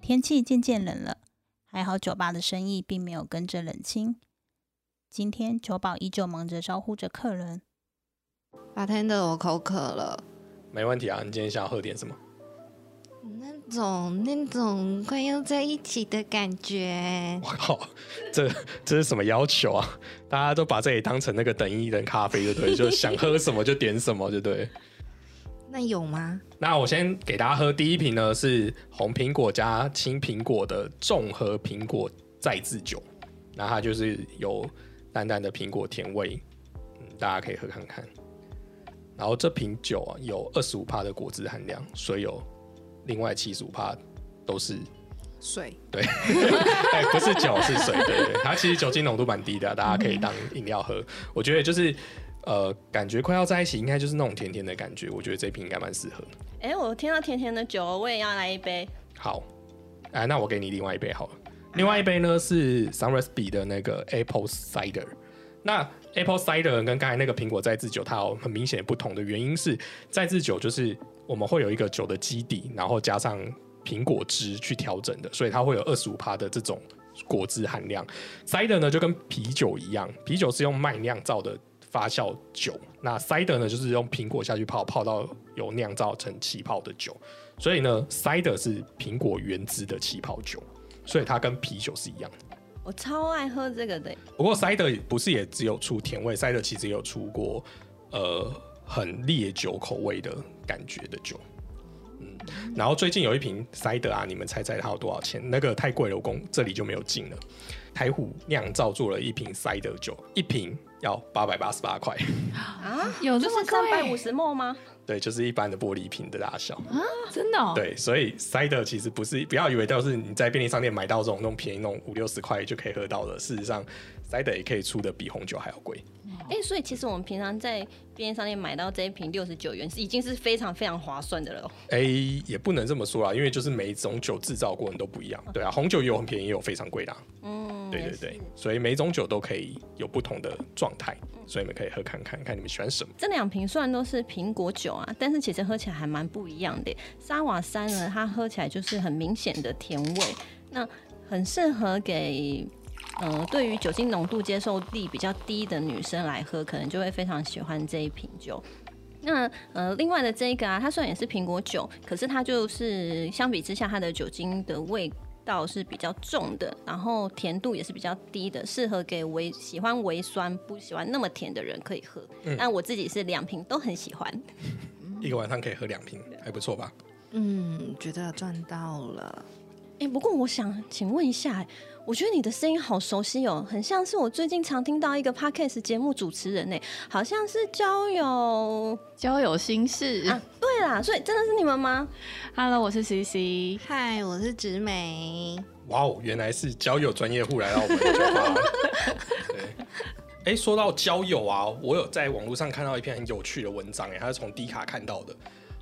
天气渐渐冷了，还好酒吧的生意并没有跟着冷清。今天酒保依旧忙着招呼着客人，法天的我口渴了，没问题啊，你今天想要喝点什么？那种那种快要在一起的感觉我，靠， 这这是什么要求啊？大家都把这里当成那个等一等咖啡，对不对？就想喝什么就点什么，对不对？那有吗？那我先给大家喝第一瓶呢，是红苹果加青苹果的综合苹果再制酒，那它就是有淡淡的苹果甜味，嗯，大家可以喝看看。然后这瓶酒啊，有二十五帕的果汁含量，所以有另外七十五帕都是水哎、不是酒是水，对对，它其实酒精浓度蛮低的，大家可以当饮料喝。我觉得就是呃，感觉快要在一起，应该就是那种甜甜的感觉。我觉得这瓶应该蛮适合。哎、我听到甜甜的酒，我也要来一杯。好，哎、那我给你另外一杯好了。另外一杯呢是 Sunrise B 的那个 Apple Cider。那 Apple Cider 跟刚才那个苹果再制酒，它有很明显不同的原因是，再制酒就是我们会有一个酒的基底，然后加上苹果汁去调整的，所以它会有二十五趴的这种果汁含量。Cider 呢就跟啤酒一样，啤酒是用麦酿造的发酵酒，那 Cider 呢就是用苹果下去泡，泡到有酿造成气泡的酒。所以呢，cider 是苹果原汁的气泡酒，所以它跟啤酒是一样的。我超爱喝这个的，不过 cider 不是也只有出甜味，cider 其实也有出过呃很烈酒口味的感觉的酒。嗯，然后最近有一瓶 cider 啊，你们猜猜它有多少钱？那个太贵了，我公这里就没有进了。台虎酿造做了一瓶 cider 酒，一瓶要八百八十八块，有啊就这么是三百五贵？十沫吗？对，就是一般的玻璃瓶的大小。真的、哦？对，所以 cider 其实不是，不要以为都是你在便利商店买到这种那种便宜那种五六十块就可以喝到的，事实上 cider 也可以出的比红酒还要贵。哎、所以其实我们平常在便利商店买到这一瓶六十九元，是已经是非常非常划算的了哦。哎、也不能这么说啦，因为就是每一种酒制造过程都不一样，对啊，红酒也有很便宜，也有非常贵的啊、嗯，对也对是对，所以每一种酒都可以有不同的状态，所以你们可以喝看看，看你们喜欢什么。这两瓶虽然都是苹果酒啊，但是其实喝起来还蛮不一样的耶。沙瓦山呢，它喝起来就是很明显的甜味，那很适合给呃对于酒精浓度接受力比较低的女生来喝，可能就会非常喜欢这一瓶酒。那呃，另外的这个啊，它虽然也是苹果酒，可是它就是相比之下，它的酒精的味道是比较重的，然后甜度也是比较低的，适合给微喜欢微酸、不喜欢那么甜的人可以喝。嗯但我自己是两瓶都很喜欢。一个晚上可以喝两瓶，还不错吧？嗯，觉得赚到了。哎、不过我想请问一下，我觉得你的声音好熟悉哦，很像是我最近常听到一个 podcast 节目主持人呢，好像是交友。交友心事、啊对啦，所以真的是你们吗？ h e l l o 我是 CC。嗨，我是植美，。哇哦，原来是交友专业户来到我们的酒吧。对，哎、说到交友啊，我有在网络上看到一篇很有趣的文章、哎，他是从迪卡看到的。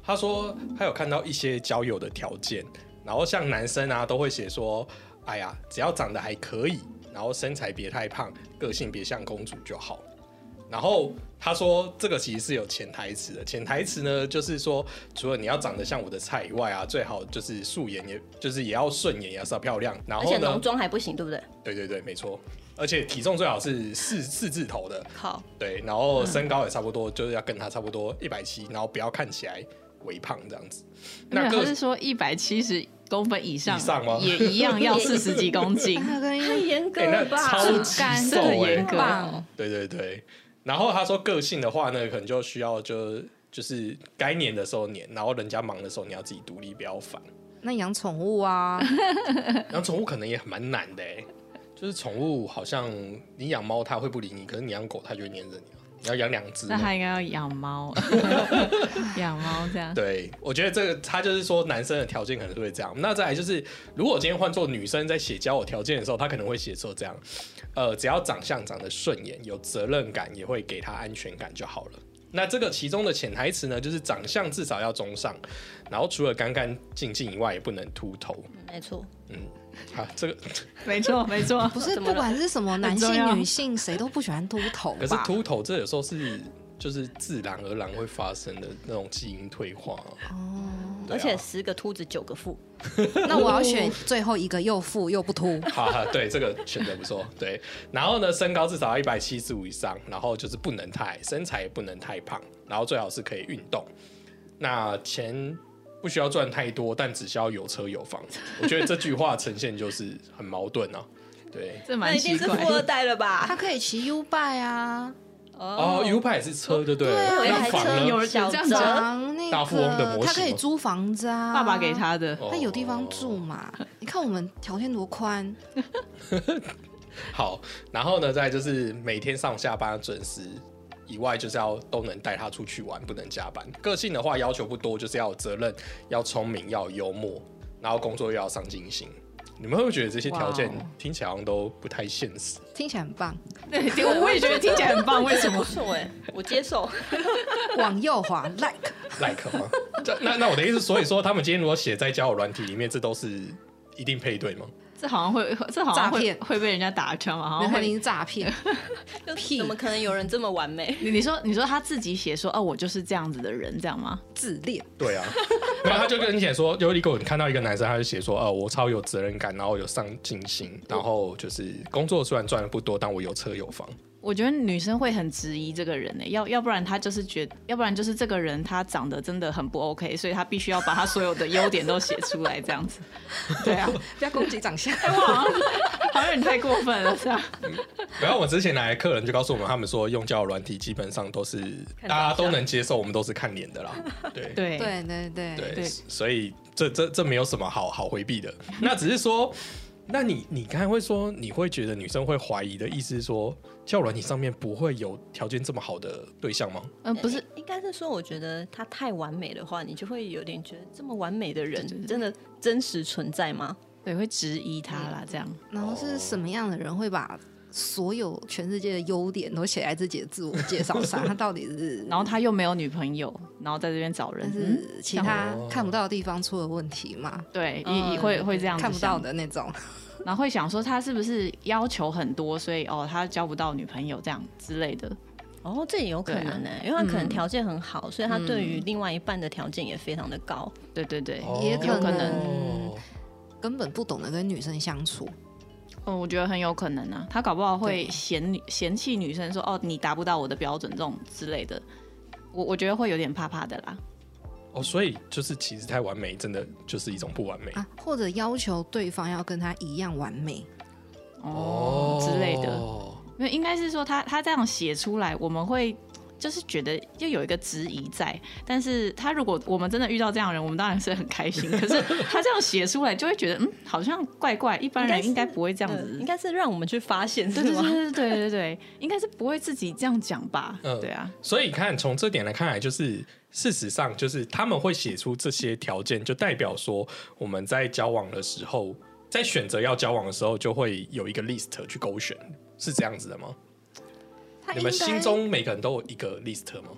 他说他有看到一些交友的条件，然后像男生啊都会写说，哎呀，只要长得还可以，然后身材别太胖，个性别像公主就好。然后他说，这个其实是有潜台词的。潜台词呢，就是说，除了你要长得像我的菜以外啊，最好就是素颜也，就是也要顺眼，也要是要漂亮。然而后且呢浓，妆还不行，对不对？对对对，没错。而且体重最好是四四字头的，好，对，然后身高也差不多，就是要跟他差不多一百七，然后不要看起来微胖这样子。没有，那他个是说一百七十公分以上，以上吗也一样要四十几公斤 他跟 太严格哎那了吧？超竹级竿瘦真的欸严格棒，对对对，然后他说个性的话呢，可能就需要就就是该黏的时候黏，然后人家忙的时候你要自己独立，不要烦。 那养宠物啊，养宠物可能也蛮难的、欸，就是宠物好像你养猫它会不理你，可是你养狗它就会黏着你嘛。你要养两只那嘛，他应该要 养猫，养猫这样。对，我觉得这个他就是说男生的条件可能是会这样。那再来就是，如果我今天换做女生在写交友条件的时候，她可能会写说这样，呃，只要长相长得顺眼，有责任感，也会给她安全感就好了。那这个其中的潜台词呢，就是长相至少要中上，然后除了干干净净以外，也不能秃头。嗯没错，啊，这个没错，没错。不是，不管是什么男很重要性、女性，谁都不喜欢秃头吧？可是秃头这有时候是就是自然而然会发生的那种基因退化啊、对啊而且十个秃子九个富，那我要选最后一个又富又不秃。 哈哈，对，这个选择不错。对，然后呢，身高至少要一百七十五以上，然后就是不能太矮，身材也不能太胖，然后最好是可以运动。那钱不需要赚太多，但只需要有车有房。我觉得这句话呈现就是很矛盾啊。对，这那蛮一定奇是怪富二代了 吧？他可以骑 U bike 啊，哦，U 派也是车，对不对？对啊有一那台房车，呢有人小这样泽讲房那大富翁的模型个他可以租房子啊，爸爸给，他的。哦他有地方住嘛？你看我们条件多宽，好，然后呢，再来就是每天上下班准时以外，就是要都能带他出去玩，不能加班。个性的话要求不多，就是要有责任，要聪明，要有幽默，然后工作又要上进心。你们会不会觉得这些条件哇哦听起来好像都不太现实？听起来很棒。 对，我我也觉得听起来很棒。为什不 么？错哎，我接 受。往右滑，like， like 吗？ 这那那我的意思，所以说他们今天如果写在交友软体里面，这都是一定配对吗？这好像会，这好像诈会骗会被人家打枪嘛？好然像后会。零诈骗，就是怎么可能有人这么完美？你你说你说他自己写说哦，我就是这样子的人，这样吗？自恋，对 啊，然后他就跟你写说，有一个我看到一个男生，他就写说，呃，我超有责任感，然后有上进心，然后就是工作虽然赚的不多，但我有车有房。我觉得女生会很质疑这个人呢、欸要要不然她就是觉要不然就是这个人他长得真的很不 OK，所以她必须要把他所有的优点都写出来，这样子。 对啊，不要攻击长相。 哎，我好像好像有点太过分了，这样。然后我之前来的客人就告诉我们，他们说用交友软体基本上都是大看长相家都能接受，我们都是看脸的啦。对对对对对，对对所以这这这没有什么好好回避的。那只是说，那你你刚才会说你会觉得女生会怀疑的意思是说，交友软体上面不会有条件这么好的对象吗？嗯，不是，应该是说，我觉得他太完美的话，你就会有点觉得这么完美的人真的真实存在吗？对，会质疑他啦，这样。然后是什么样的人会把所有全世界的优点都写在自己的自我介绍 上？他到底是？然后他又没有女朋友，然后在这边找人但，嗯，是其他哦看不到的地方出了问题嘛？对，嗯也也会会这样子看不到想，的那种，然后会想说他是不是要求很多，所以哦，他交不到女朋友这样之类的。哦，这也有可能呢、因为他可能条件很好，所以他对于另外一半的条件也非常的高。对对对，也可能哦根本不懂得跟女生相处。嗯，我觉得很有可能啊，他搞不好会嫌女嫌弃女生说哦，你达不到我的标准这种之类的。我我觉得会有点怕怕的啦，哦，所以就是其实太完美，真的就是一种不完美。啊，或者要求对方要跟他一样完美，哦之类的。因为应该是说他他这样写出来，我们会就是觉得又有一个质疑在。但是他如果我们真的遇到这样的人，我们当然是很开心。可是他这样写出来，就会觉得嗯，好像怪怪，一般人应该不会这样嗯子应。该是让我们去发现，嗯是 对对吗？对对对对对，应该是不会自己这样讲吧？嗯对啊，所以你看，从这点来看来，就是事实上，就是他们会写出这些条件，就代表说我们在交往的时候，在选择要交往的时候，就会有一个 list 去勾选，是这样子的吗？他你们应该心中每个人都有一个 list 吗？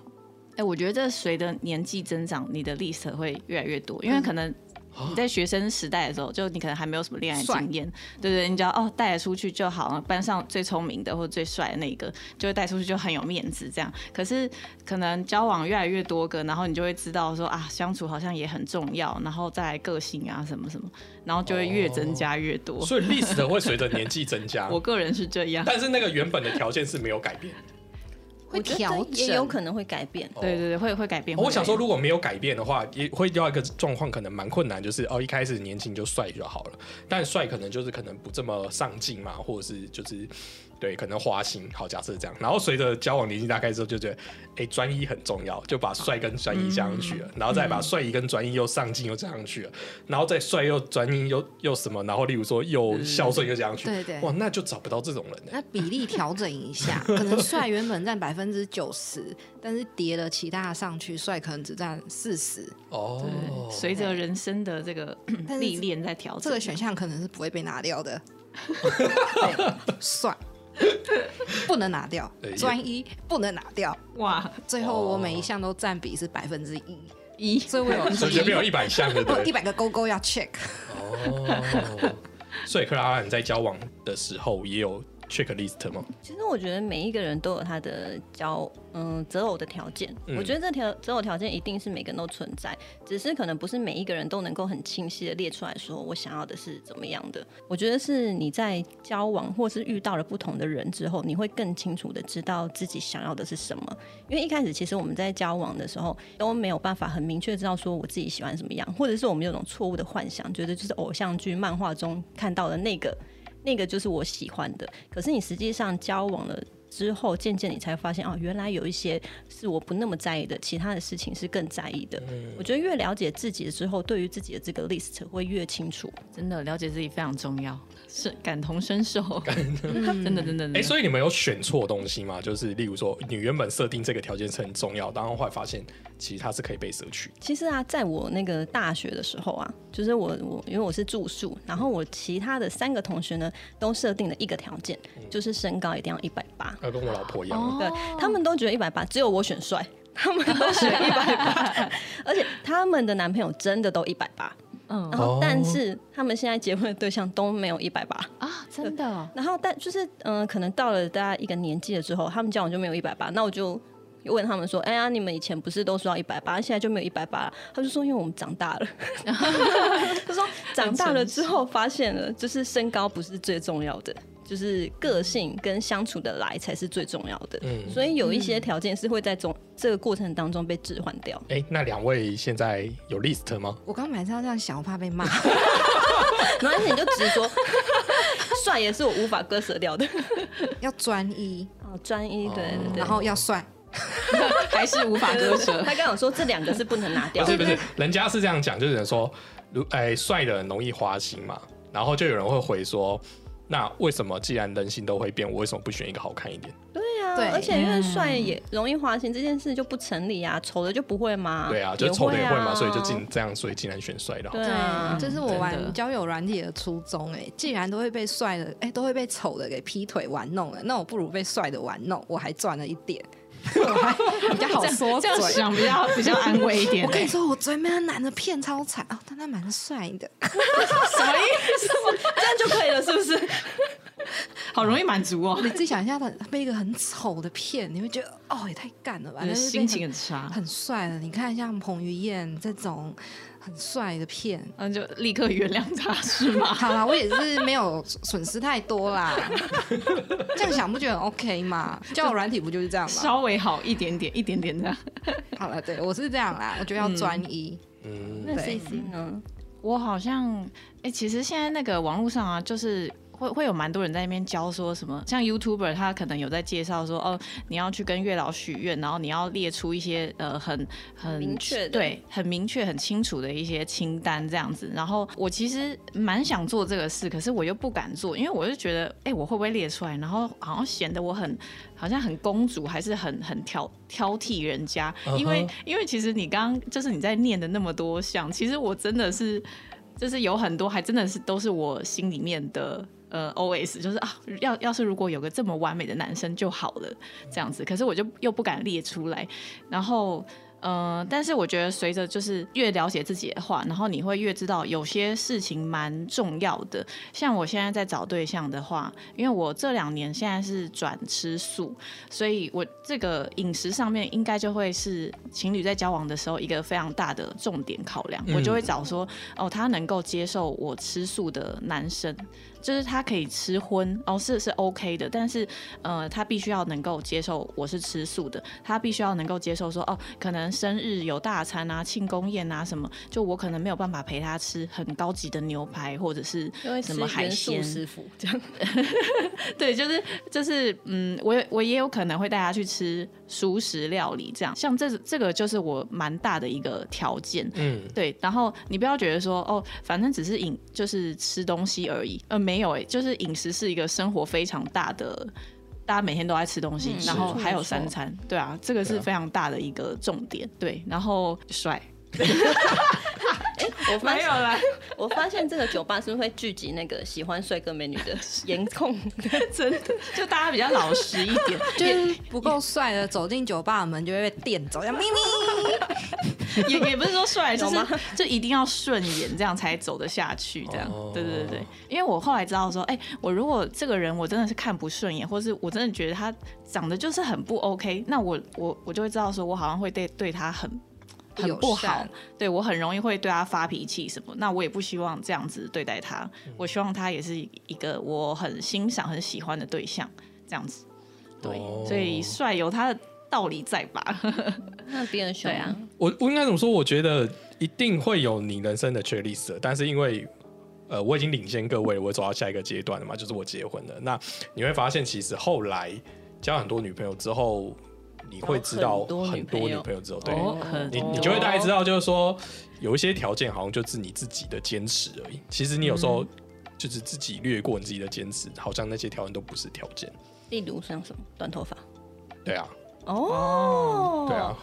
哎、我觉得这随着年纪增长，你的 list 会越来越多，嗯因为可能啊你在学生时代的时候，就你可能还没有什么恋爱帅经验，对对，你只要哦带得出去就好，班上最聪明的或者最帅的那个，就会带出去就很有面子这样。可是可能交往越来越多个，然后你就会知道说啊，相处好像也很重要，然后再来个性啊什么什么，然后就会越哦增加越多。所以 list 会随着年纪增加 我，个人是这样，但是那个原本的条件是没有改变。会我觉得调整，也有可能会改变。哦对对对，会会改变。我想说，会改变如果没有改变的话，也会遇到一个状况，可能蛮困难，就是哦，一开始年轻就帅就好了，但帅可能就是可能不这么上进嘛，或者是就是对，可能花心，好，假设这样。然后随着交往年纪大概之后，就觉得，哎，专一很重要，就把帅跟专一加上去了，嗯然后再把帅一跟专一又上进又加上去了，然后再帅又专一又又什么，然后例如说又孝顺又加上去，嗯对对哇，那就找不到这种人欸了。那比例调整一下，可能帅原本占百分之九十，但是叠了其他上去，帅可能只占四十，哦，随着人生的这个但是历练在调整。这个选项可能是不会被拿掉的。对帅不能拿掉对，也专一不能拿掉。哇，最后我每一项都占比是百分之一，一所以我有所以这边有一百项，对不我一对？百个勾勾要 check。哦，所以克拉拉你在交往的时候也有 checklist 吗？其实我觉得每一个人都有他的交嗯择偶的条件，嗯我觉得这条择偶条件一定是每个人都存在，只是可能不是每一个人都能够很清晰的列出来说我想要的是怎么样的。我觉得是你在交往或是遇到了不同的人之后，你会更清楚的知道自己想要的是什么。因为一开始其实我们在交往的时候都没有办法很明确知道说我自己喜欢什么样，或者是我们有种错误的幻想，觉得就是偶像剧、漫画中看到的那个那个就是我喜欢的。可是你实际上交往了之后，渐渐你才发现哦，原来有一些是我不那么在意的，其他的事情是更在意的。我觉得越了解自己之后，对于自己的这个 list 会越清楚。真的了解自己非常重要，是感同身受，真的真的。哎、以所以你们有选错东西吗？就是例如说，你原本设定这个条件是很重要，然后后来发现其实它是可以被舍去。其实啊，在我那个大学的时候啊，就是我我因为我是住宿，然后我其他的三个同学呢都设定了一个条件，就是身高一定要一百八。要跟我老婆一样，对他们都觉得一百八，只有我选帅，他们都选一百八，而且他们的男朋友真的都一百八。嗯然后，但是他们现在结婚的对象都没有一百八，啊，真的哦然后但就是嗯、呃可能到了大家一个年纪了之后，他们交往就没有一百八，那我就问他们说，哎呀，你们以前不是都说要一百八，现在就没有一百八了？他就说，因为我们长大了， 他说长大了之后发现了，就是身高不是最重要的，就是个性跟相处的来才是最重要的。嗯，所以有一些条件是会在中这个过程当中被置换掉。哎、那两位现在有 list 吗？我刚本来是要这样想，我怕被骂。没关系，你就直说， 帅也是我无法割舍掉的。要专一，哦，专一，对对对。然后要帅，还是无法割舍。他刚刚有说这两个是不能拿掉不的是不是，人家是这样讲，就是有人说，如哎帅的人容易花心嘛，然后就有人会回说，那为什么既然人性都会变，我为什么不选一个好看一点？对嗯啊对而且因为帅也容易花心，这件事就不成立啊，丑的就不会吗？对啊，就是丑的也会嘛，啊所以就尽这样，所以竟然选帅的好。对啊，这是我嗯真的玩交友软体的初衷、哎，既然都会被帅的，哎、都会被丑的给劈腿玩弄了，那我不如被帅的玩弄，我还赚了一点， 我还 比较好说 这样嘴。想比较比较安慰一点。我跟你说，我昨天被那男的骗超惨哦，但他蛮帅的。这样就可以了，是不 是？好容易满足哦你，自己想一下，他 被一个很丑的骗，你会觉得哦，也太干了吧？但是被心情很很差，很帅的，你看像彭于晏这种很帅的骗，嗯，就立刻原谅他是吗？ 好啦，我也是没有损失太多 啦。这样想不觉得很 OK 吗？交友软体不就是这样吗？ 稍微好一点点，一点点的。好了，对我是这样啦，我觉得要专一。嗯，那对 C C 呢？我好像，哎、其实现在那个网络上啊，就是。会会有蛮多人在那边教说什么，像 YouTuber 他可能有在介绍说，哦，你要去跟月老许愿，然后你要列出一些呃很很明确的对，很明确、很清楚的一些清单这样子。然后我其实蛮想做这个事，可是我又不敢做，因为我就觉得，哎、我会不会列出来，然后好像显得我很好像很公主，还是很很挑挑剔人家，因为嗯哼因为其实你刚就是你在念的那么多项，其实我真的是就是有很多还真的是都是我心里面的。呃，OS 就是啊，要要是如果有个这么完美的男生就好了，这样子。可是我就又不敢列出来，然后呃，但是我觉得随着就是越了解自己的话，然后你会越知道有些事情蛮重要的。像我现在在找对象的话，因为我这两年现在是转吃素，所以我这个饮食上面应该就会是情侣在交往的时候一个非常大的重点考量。我就会找说，哦，他能够接受我吃素的男生，就是他可以吃荤哦，是是 OK 的，但是呃，他必须要能够接受我是吃素的，他必须要能够接受说哦，可能生日有大餐啊、庆功宴啊什么，就我可能没有办法陪他吃很高级的牛排或者是因为什吃么海元素鲜食府这样，对，就是就是，嗯，我也我也有可能会带他去吃熟食料理，这样，像这这个就是我蛮大的一个条件。嗯，对，然后你不要觉得说哦，反正只是饮就是吃东西而已，呃，没有哎、就是饮食是一个生活非常大的，大家每天都在吃东西，嗯然后是还有没错三餐，对啊，这个对是啊非常大的一个重点，对，然后帅我发现啦，我发现这个酒吧是不是会聚集那个喜欢帅哥美女的颜控，真的， 就大家比较老实一 点，就是不够帅的走进酒吧的门就会被电走，像咪咪。 也也不是说帅，就有是吗就一定要顺眼，这样才走得下去。这样，哦对对对对。因为我后来知道说，哎、我如果这个人我真的是看不顺眼，或是我真的觉得他长得就是很不 OK，那我我我就会知道说，我好像会对对他很。不很友不好善，对我很容易会对他发脾气什么，那我也不希望这样子对待他，嗯我希望他也是一个我很欣赏、很喜欢的对象，这样子，对，哦所以帅有他的道理在吧？ 那别人熊对啊，我我应该怎么说？我觉得一定会有你人生的缺 list，的但是因为呃我已经领先各位了，我走到下一个阶段了嘛，就是我结婚了。那你会发现，其实后来交很多女朋友之后，你会知道哦有很多很多女朋女友朋友之后，对、 哦很你多你就会大概知道，就是说有一些条件好像就是你自己的坚持而已。其实你有时嗯候就是自己略过你自己的坚持，好像那些条件都不是条件。例如像什么短头发对啊，哦，对啊，，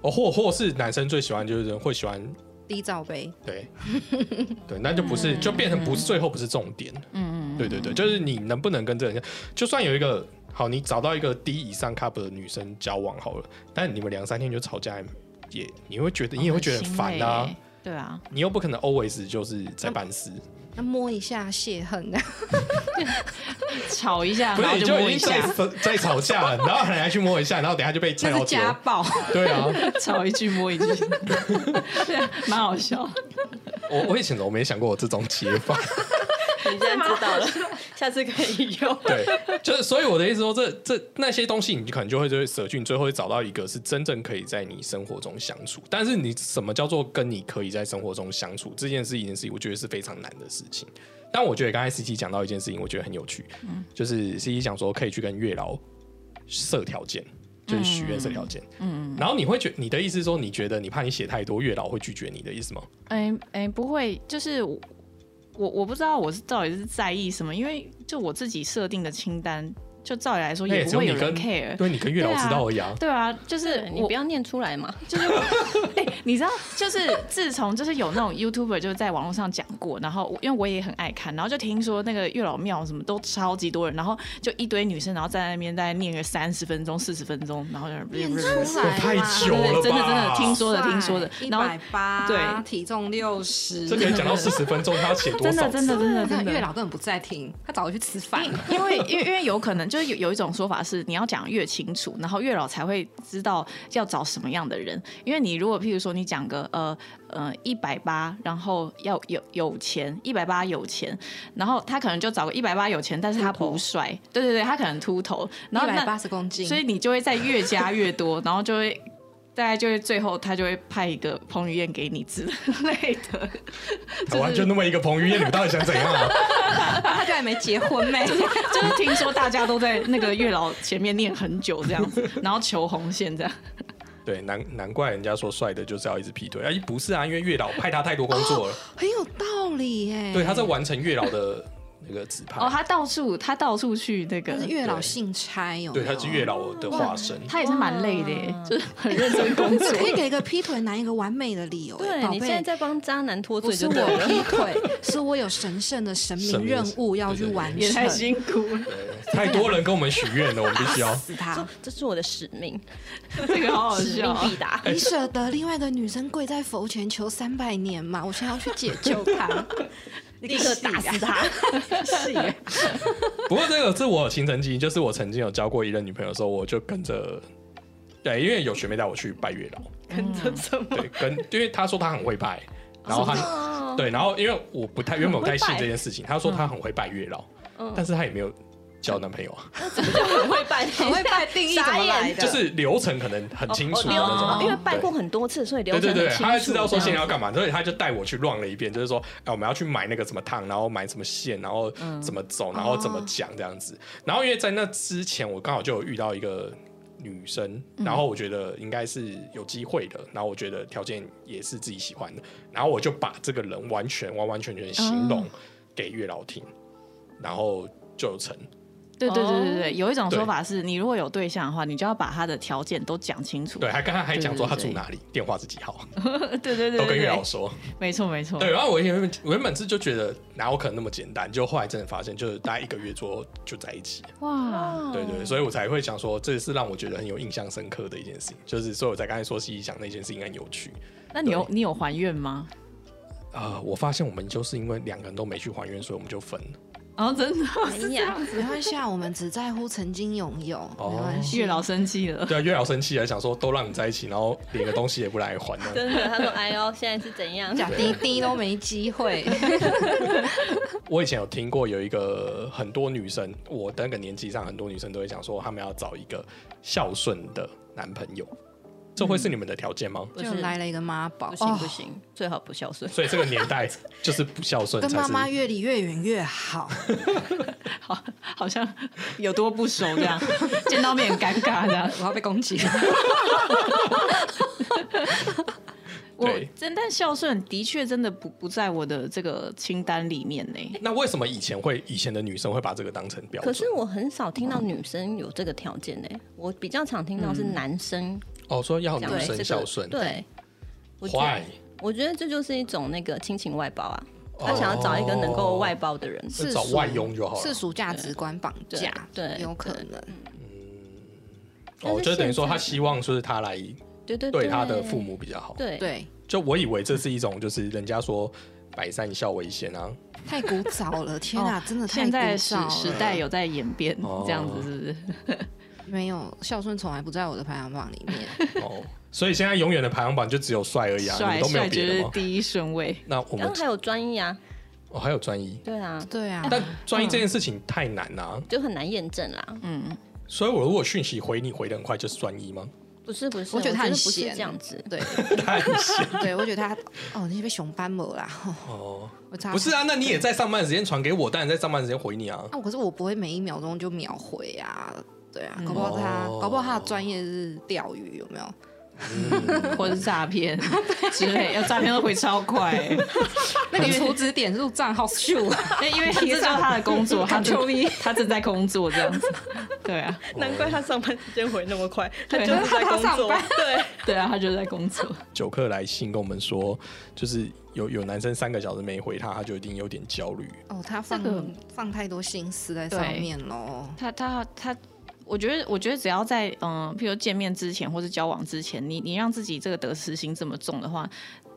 哦，或或是男生最喜欢就是会喜欢低罩杯，对， 对，那就不是，就变成不是最后不是重点。嗯嗯，对对对，就是你能不能跟这个人，就算有一个好，你找到一个低以上 cup 的女生交往好了，但你们两三天就吵架，也你会觉得你也会觉得很烦啊很心累，耶，对啊，你又不可能 always 就是在办事，那摸一下泄恨，吵一下，不然是后你嗯摸已一经下，在在吵架了，然后你还去摸一下，然后等下就被踹这到是桌，家暴。对啊， 吵一句摸一句， 对啊，蛮好笑。我我以前怎么没想过我这种解法？你现在知道了，下次可以用。对，就是所以我的意思说，这这那些东西，你可能就会就会舍去，你最后会找到一个是真正可以在你生活中相处。但是你什么叫做跟你可以在生活中相处这件事，一件事情，我觉得是非常难的事情。但我觉得刚才 C T 讲到一件事情，我觉得很有趣，嗯就是 C T 讲说可以去跟月老设条件，就是许愿设条件。嗯，然后你会觉你的意思是说，你觉得你怕你写太多，月老会拒绝你的意思吗？哎哎，不会，就是我我不知道我是到底是在意什么，因为就我自己设定的清单，就照理来说那也也只不有你会有人跟 care。对你啊跟月老知道而已啊。对啊，就是你我不，要念出来嘛，就是 我，哎，你知道，就是自从就是有那种 YouTuber 就是在网络上讲过，然后我因为我也很爱看，然后就听说那个月老庙什么都超级多人，然后就一堆女生，然后在那边在念个三十分钟、四十分钟，然后就念出来太久对了吧？对真的真的听说的听说的一然后百八，对体重六十，这可以讲到四十分钟，他要写多真少的字？真的真的看真的月老根本不在听，他早就去吃饭了。啊因为因为因为有可能就是有有一种说法是，你要讲越清楚，然后月老才会知道要找什么样的人。因为你如果譬如说你讲个呃呃一百八，然后要有有钱，一百八有钱，然后他可能就找个一百八有钱，但是他不帅，对对对，他可能秃头， 然一后百那八十公斤，所以你就会再越加越多，然后就会。大概就会最后他就会派一个彭于晏给你之 类的，台湾就那么一个彭于晏，你们到底想怎样啊？他就还没结婚没？ 就是听说大家都在那个月老前面念很久这样子，然后求红线这样。 对，难难怪人家说帅的就是要一直劈腿，哎，不是啊，因为月老派他太多工作了，很有道理耶。对，他在完成月老的那个指派。哦，他到处他到处去那个他是，月老对信差有没对，有？他是月老的化身。他也是蛮累的耶哇，就是很认真工作。可以给一个劈腿男一个完美的理由耶。对宝你现在贝，在帮渣男脱不罪是就对我了。劈腿，是我有神圣的神神明明任务要去对对对完成。也太辛苦了，对太多人跟我们许愿了，我们必须要。死他！这是我的使命， 这个好好使笑命。必达。你舍得另外一个女生跪在佛前求三百年吗？我现在要去解救她，立刻打死他！啊是耶不过这个是我有亲身经历，就是我曾经有交过一任女朋友的时候，我就跟着，对，因为有学妹带我去拜月老，跟着什么？对，跟因为她说她很会拜，然后她 哦，对，然后因为我不太原本不太信很会拜这件事情，他说他很会拜月老，嗯但是他也没有交男朋友啊，很会拜， 很会拜定义怎么来的？就是流程可能很清楚哦的流那种。程因为拜对过很多次，所以流对程对很对，清楚他知道说现在这要样干嘛，所以他就带我去乱了一遍，就是说，哎，我们要去买那个什么烫，然后买什么线，然后嗯怎么走，然后怎哦么讲这样子。然后因为在那之前，我刚好就有遇到一个女生，然后我觉得应该是有机会的，然后我觉得条件也是自己喜欢的，然后我就把这个人完全完完全全哦形容给月老听，然后就有成。对对对对哦对，有一种说法是你如果有对象的话，你就要把他的条件都讲清楚。对，还跟他还讲说他对对住对哪里，电话是几号， 对对对对，都跟月对老说。没错没错。对，然后我原本我原本是就觉得哪有可能那么简单，就后来真的发现，就是大概一个月左右就在一起了，哇，对对，所以我才会想说，这是让我觉得很有印象深刻的一件事情，就是所以我才刚才说西西讲那件事情很有趣。那你有你有还愿吗？呃，我发现我们就是因为两个人都没去还愿，所以我们就分了。哦，真的，哎呀， 没关系啊，我们只在乎曾经拥有，没关系。 月老生气了。 对啊，月老生气了，想说都让你在一起，然后连个东西也不来还呢。真的，他说哎呦，现在是怎样？假滴滴都没机会，我以前有听过有一个很多女生，我那个年纪上很多女生都会讲说，她们要找一个孝顺的男朋友，这会是你们的条件吗？不 就是来了一个妈宝，不行不哦行，最好不孝顺。所以这个年代就是不孝顺才是。跟妈妈越离越远越好。好，好像有多不熟这样，见到面很尴尬这样。我要被攻击，我对真但孝顺的确真的不不在我的这个清单里面呢。那为什么以前会以前的女生会把这个当成标 可准？是我很少听到女生有这个条件呢、我比较常听到是男生哦，说要女讲这生个孝顺，对，我觉坏得我觉得这就是一种那个亲情外包啊，他哦想要找一个能够外包的人。那找外佣就好了世。俗价值观绑架，对对有可能。哦，但是就等于说现在她希望就是她来对对对对，她的父母比较好。对对对，就我以为这是一种就是人家说百善孝为先啊，太古早了，天哪，真的太现古在时早了。时代有在演变哦，这样子是不是？没有孝顺从来不在我的排行榜里面。哦，所以现在永远的排行榜就只有帅而已啊，你帅们都没帅有绝别对的是吗？第一顺 位。那我然们后还有专一啊，哦还有专一，对啊，对啊，但专一这件事情太难啦、就很难验证啦。嗯，所以我如果讯息回你回的很快，就是专一吗？不是不是，我我觉得他很不是闲这样子。对太闲对，我觉得他哦，你是被熊斑驳啦。哦， 我差不是啊，那你也在上班的时间传给我，当然在上班的时间回你啊。啊，可是我不会每一秒钟就秒回啊。对啊，搞不好他，哦搞不好他的专业是钓鱼，有没有？或者是诈 骗之类，要诈骗都回超快、欸，那个储值点数账号秀啊， 那因为这就是他的工作，他 Control 正 他正在工作这样子，对啊，难怪他上班时间回那么快，他对就是在他 工上作班。对，对啊，他就在工作，九客来信跟我们说，就是有有男生三个小时没回他，他就一定有点焦虑。哦，他放、这个放太多心思在上面喽。他他他。我觉得，我觉得只要在嗯、譬如见面之前或是交往之前，你你让自己这个得失心这么重的话，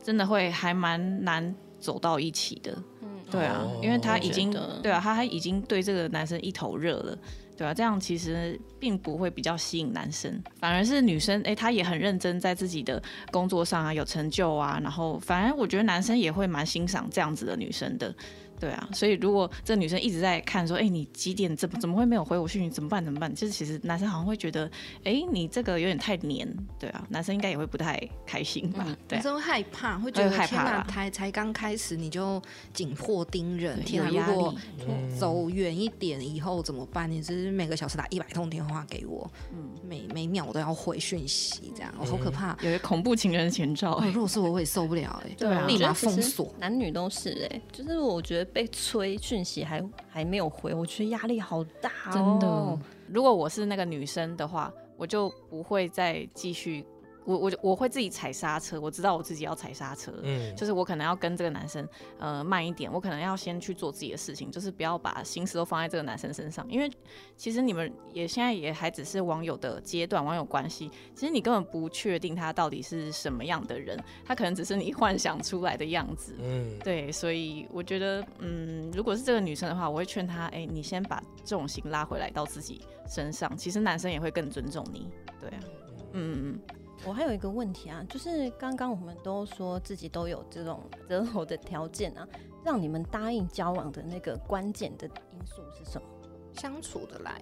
真的会还蛮难走到一起的。嗯对啊，哦因为他已经我觉得对啊，他他已经对这个男生一头热了，对啊，这样其实并不会比较吸引男生，反而是女生，哎、她也很认真在自己的工作上啊，有成就啊，然后反而我觉得男生也会蛮欣赏这样子的女生的。对啊，所以如果这女生一直在看说，哎、你几点怎么怎么会没有回我讯息，怎么办怎么办？就是其实男生好像会觉得，哎、你这个有点太黏，对啊，男生应该也会不太开心吧？对男啊、生会害怕，会觉得会害天怕哪，啦才才刚开始你就紧迫盯人，对天哪！有压如果力走远一点以后怎么办？你只是每个小时打一百通电话给我，嗯每每秒我都要回讯息，这样、哦、好可怕。有恐怖情人的前兆、哦哎，如果是我，我也受不了哎、对啊立我觉马得其实封锁。男女都是哎、就是我觉得被催讯息还还没有回，我觉得压力好大哦。真的，如果我是那个女生的话，我就不会再继续，我我我会自己踩刹车，我知道我自己要踩刹车。嗯，就是我可能要跟这个男生，呃，慢一点，我可能要先去做自己的事情，就是不要把心思都放在这个男生身上，因为其实你们也现在也还只是网友的阶段，网友关系，其实你根本不确定他到底是什么样的人，他可能只是你幻想出来的样子。嗯，对，所以我觉得，嗯，如果是这个女生的话，我会劝她，哎、你先把重心拉回来到自己身上。其实男生也会更尊重你，对啊，嗯嗯嗯， 我还有一个问题啊，就是刚刚我们都说自己都有这种择偶的条件啊，让你们答应交往的那个关键的因素是什么？ 相处的来，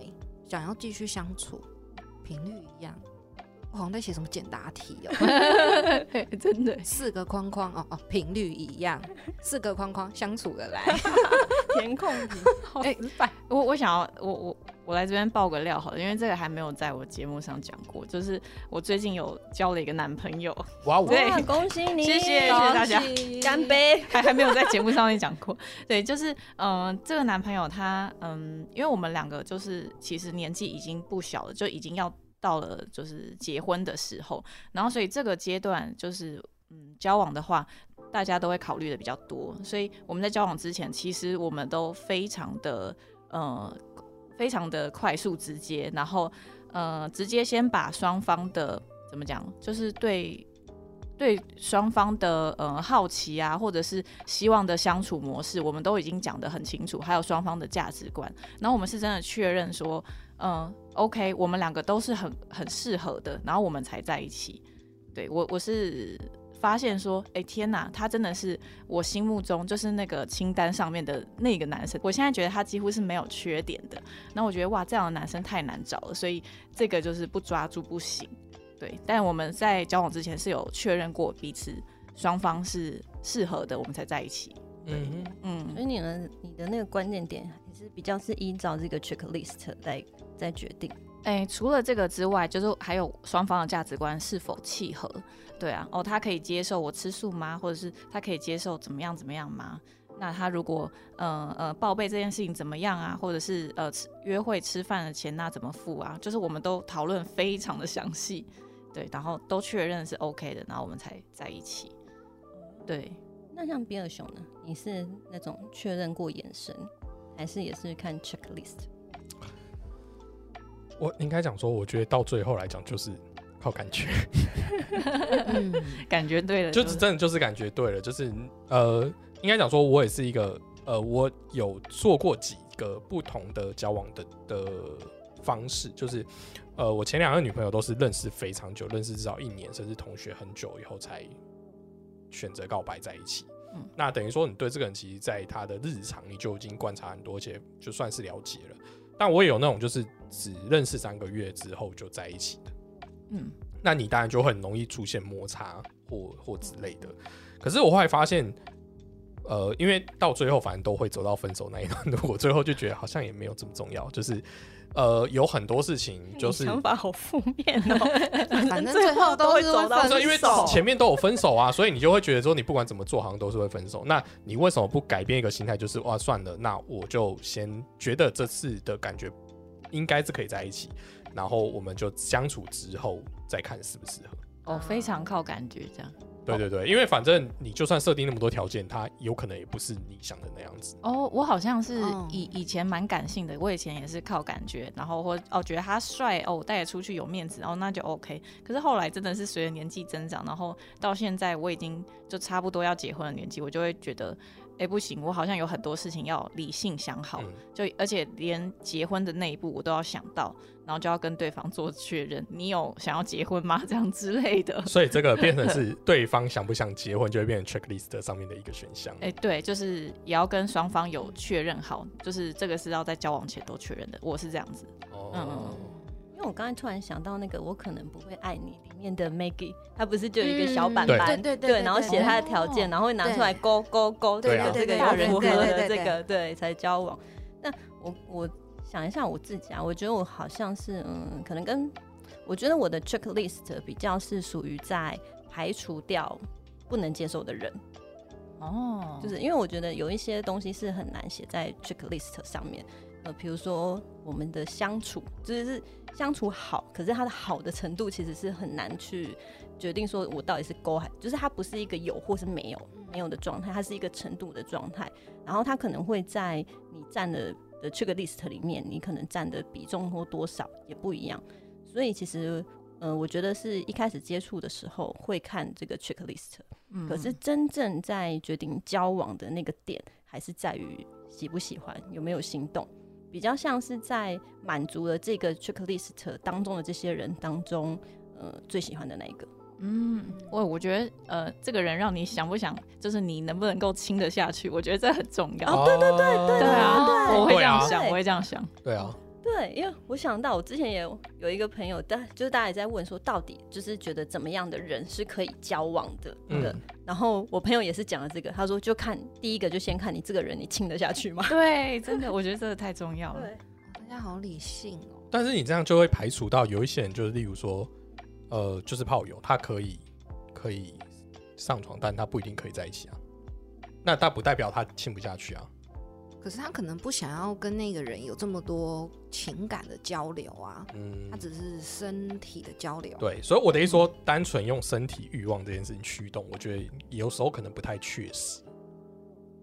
想要继续相处，频率一样。哦我好像在写什么简答题 哦，真的四个框框哦哦，频率一样，四个框框相处 的来，哎填空题，好哎失败。我我想要我我我来这边爆个料好了，因为这个还没有在我节目上讲过，就是我最近有交了一个男朋友，哇哦，对哇，恭喜你！谢谢谢谢大家，干杯！还还没有在节目上面讲过。对，就是嗯、呃这个男朋友他嗯、因为我们两个就是其实年纪已经不小了，就已经要到了就是结婚的时候，然后所以这个阶段就是嗯交往的话。大家都会考虑的比较多，所以我们在交往之前，其实我们都非常的呃，非常的快速直接，然后呃，直接先把双方的怎么讲，就是对对双方的呃好奇啊，或者是希望的相处模式，我们都已经讲得很清楚，还有双方的价值观。然后我们是真的确认说，嗯、o k 我们两个都是很很适合的，然后我们才在一起。对我，我是发现说，哎、天哪，他真的是我心目中就是那个清单上面的那个男生。我现在觉得他几乎是没有缺点的。然后我觉得哇，这样的男生太难找了，所以这个就是不抓住不行。对，但我们在交往之前是有确认过彼此双方是适合的，我们才在一起。嗯哼，所嗯，以你呢，你的那个关键点还是比较是依照这个 checklist 来再决定。哎、除了这个之外，就是还有双方的价值观是否契合。对啊，哦，他可以接受我吃素吗？或者是他可以接受怎么样怎么样吗？那他如果呃呃报备这件事情怎么样啊？或者是呃吃约会吃饭的钱那怎么付啊？就是我们都讨论非常的详细，对，然后都确认是 OK 的，然后我们才在一起。对，那像比尔熊呢？你是那种确认过眼神，还是也是看 checklist？我应该讲说，我觉得到最后来讲就是靠感觉，嗯，感觉对了，就是真的就是感觉对了，就是呃，应该讲说我也是一个呃，我有做过几个不同的交往的的方式，就是呃，我前两个女朋友都是认识非常久，认识至少一年，甚至同学很久以后才选择告白在一起。嗯那等于说你对这个人，其实在他的日常你就已经观察很多，而且就算是了解了。但我也有那种就是只认识三个月之后就在一起的。嗯那你当然就很容易出现摩擦或或之类的。可是我后来发现，呃，因为到最后反正都会走到分手那一段 路，我最后就觉得好像也没有这么重要，就是呃，有很多事情就是你想法好负面哦、反正最后都是会不是因为分手，前面都有分手啊，所以你就会觉得说，你不管怎么做，好像都是会分手。那你为什么不改变一个心态，就是哇，算了，那我就先觉得这次的感觉应该是可以在一起，然后我们就相处之后再看适不适合。哦，非常靠感觉这样。对对对，因为反正你就算设定那么多条件，它有可能也不是你想的那样 子。哦，我好像是哦以以前蛮感性的，我以前也是靠感觉，然后或哦觉得他帅哦，我带他出去有面子，哦那就 OK。可是后来真的是随着年纪增长，然后到现在我已经就差不多要结婚的年纪，我就会觉得，哎、不行，我好像有很多事情要理性想好，嗯就而且连结婚的那一步我都要想到，然后就要跟对方做确认，你有想要结婚吗？这 样之类的。所以这个变成是对方想不想结婚，就会变成 checklist 上面的一个选项。哎、对，就是也要跟双方有确认好，就是这个是要在交往前都确认的，我是这样子。哦嗯，因为我刚才突然想到那个《我可能不会爱你》里面的 Maggie，她不是就有一个小板嗯对板，嗯对对对对然后写她的条件，哦然后会拿出来勾勾勾，这对啊个这个对要对对符合的对对这对个，对，才交往。那我我想一下我自己啊，我觉得我好像是嗯，可能跟我觉得我的 checklist 比较是属于在排除掉不能接受的人。哦，就是因为我觉得有一些东西是很难写在 checklist 上面，呃，比如说我们的相处，就是相处好，可是它的好的程度其实是很难去决定说我到底是勾还，就是它不是一个有或是没有没有的状态，它是一个程度的状态，然后它可能会在你占的的 checklist 里面，你可能占的比重或多少也不一样，所以其实。呃，我觉得是一开始接触的时候会看这个 checklist，嗯可是真正在决定交往的那个点，还是在于喜不喜欢，有没有心动，比较像是在满足了这个 checklist 当中的这些人当中，呃最喜欢的那一个。嗯，我我觉得呃，这个人让你想不想，就是你能不能够亲得下去，我觉得这很重要。哦，对对对对对啊，我会这样对啊想，我会这样想。对啊，对，因为我想到我之前也有有一个朋友，但就是大家也在问说，到底就是觉得怎么样的人是可以交往的？的嗯，然后我朋友也是讲了这个，他说就看第一个就先看你这个人，你亲得下去吗？对，真的，我觉得这个太重要 了。对，大家好理性哦。但是你这样就会排除到有一些人，就是例如说，呃，就是炮友，他可以可以上床，但他不一定可以在一起啊。那但不代表他亲不下去啊。可是他可能不想要跟那个人有这么多情感的交流啊，嗯他，只是身体的交流。，对，所以我的意思说，单纯用身体欲望这件事情驱动，我觉得有时候可能不太确实。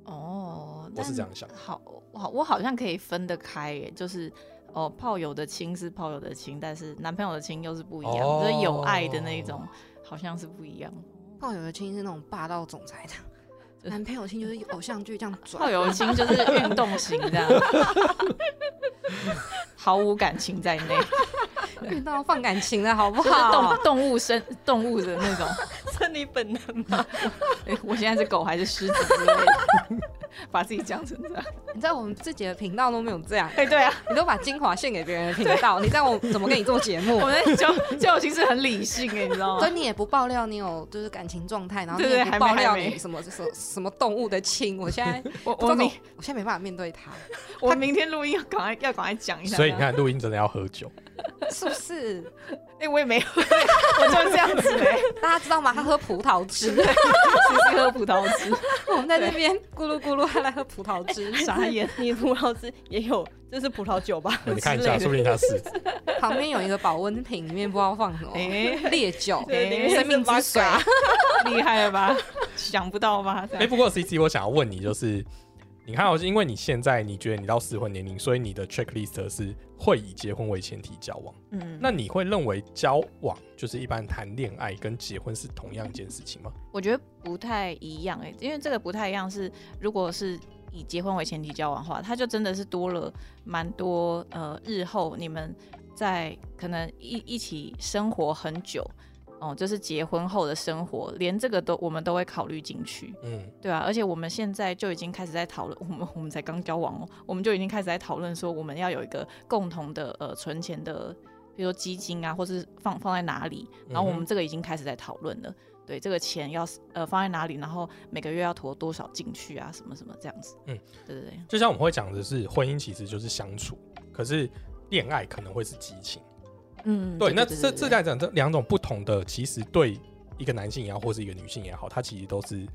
哦，我是但这样想好，我好我好像可以分得开耶，就是哦，炮友的亲是炮友的亲，但是男朋友的亲又是不一样，哦就是有爱的那一种，好像是不一样。炮友的亲是那种霸道总裁的，男朋友亲就是偶像剧这样炮转。友的亲就是运动型这样，毫无感情在内，遇到放感情了，好不就是动好？动物生动物的那种。生理本能嘛。诶我现在是狗还是狮子之类的， 把自己讲成这样。你在我们自己的频道都没有这样，对对啊，你都把精华献给别人的频道，你让我怎么跟你做节目我？们就就其实很理性哎，你知道所以吗？你也不爆料你有就是感情状态，然后你对对也不还没爆料还没你什么 什么什么动物的亲，我 现在我不知道我怎明么我现在没办法面对他，我明天录音要赶快要赶快讲一下。所以你，看，录音真的要喝酒。是不是？哎，我也没有，我就这样子哎，大家知道吗？他喝葡萄 汁，只是喝葡萄汁， 我们在那边咕噜咕噜，他来喝葡萄汁，傻 眼。，你的葡萄汁也有，这是葡萄酒吧？你看一之类下，的说不定他是。旁边有一个保温瓶，里面不知道放什么哎烈酒、对里面生命之水。 厉害了吧？想不到吧？这哎、样不过 C C，我想要问你，就是你看哦，因为你现在你觉得你到适婚年龄，所以你的 checklist 是会以结婚为前提交往。嗯，那你会认为交往就是一般谈恋爱跟结婚是同样一件事情吗？我觉得不太一样哎、因为这个不太一样是，如果是以结婚为前提交往的话，它就真的是多了蛮多呃，日后你们在可能一一起生活很久。哦，就是结婚后的生活，连这个都我们都会考虑进去，嗯，对啊，而且我们现在就已经开始在讨论，我们我们才刚交往哦，我们就已经开始在讨论说，我们要有一个共同的呃存钱的，比如说基金啊，或是放放在哪里，然后嗯我们哼这个已经开始在讨论了。对，这个钱要呃放在哪里，然后每个月要投多少进去啊，什么什么这样子。嗯，对对对，就像我们会讲的是，婚姻其实就是相处，可是恋爱可能会是激情。嗯对，那这这两种这两种不同的，其实对一个男性也好，或是一个女性也好，它其实都是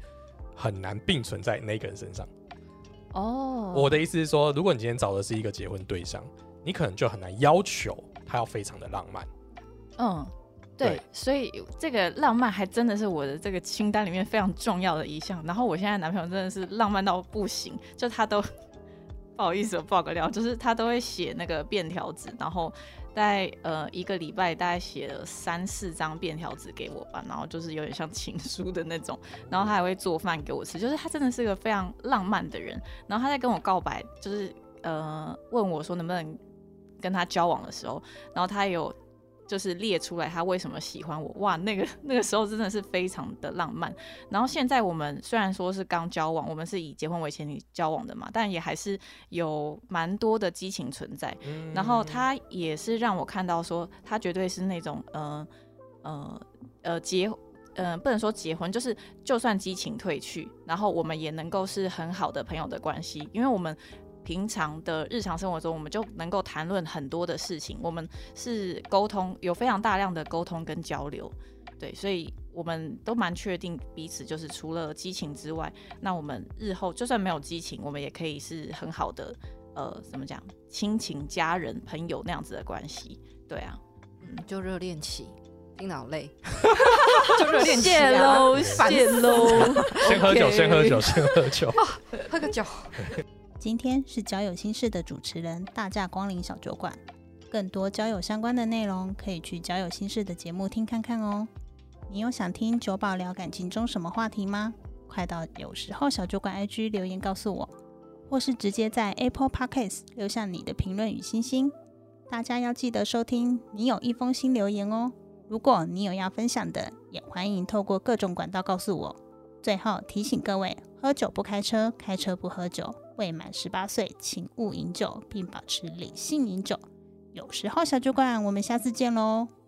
很难并存在那个人身上。哦，我的意思是说，如果你今天找的是一个结婚对象，你可能就很难要求他要非常的浪漫。嗯。对对，所以这个浪漫还真的是我的这个清单里面非常重要的一项。然后我现在男朋友真的是浪漫到不行，就他都不好意思，我爆个料，就是他都会写那个便条纸，然后大概呃一个礼拜大概写了三四张便条纸给我吧，然后就是有点像情书的那种。然后他还会做饭给我吃，就是他真的是个非常浪漫的人。然后他在跟我告白，就是呃问我说能不能跟他交往的时候，然后他有就是列出来他为什么喜欢我，哇，那个那个时候真的是非常的浪漫。然后现在我们虽然说是刚交往，我们是以结婚为前提交往的嘛，但也还是有蛮多的激情存在。嗯然后他也是让我看到说，他绝对是那种呃呃呃结呃不能说结婚，就是就算激情褪去，然后我们也能够是很好的朋友的关系，因为我们。平常的日常生活中，我们就能够谈论很多的事情，我们是沟通有非常大量的沟通跟交流，对，所以我们都蛮确定彼此就是除了激情之外，那我们日后就算没有激情，我们也可以是很好的呃，怎么讲，亲情、家人、朋友那样子的关系。对 啊，嗯，就热恋期，听到累，就热恋期谢啊，喽，烦谢喽。先喝酒， OK 先喝酒，先喝酒。喝个酒。今天是交友心事的主持人大驾光临小酒馆，更多交友相关的内容可以去交友心事的节目听看看哦。你有想听酒保聊感情中什么话题吗？快到有时候小酒馆 IG 留言告诉我，或是直接在 Apple Podcast 留下你的评论与星星。大家要记得收听，你有一封新留言哦。如果你有要分享的，也欢迎透过各种管道告诉我。最后提醒各位，喝酒不开车，开车不喝酒。未满十八岁，请勿饮酒，并保持理性饮酒。有时候小酒馆，我们下次见喽。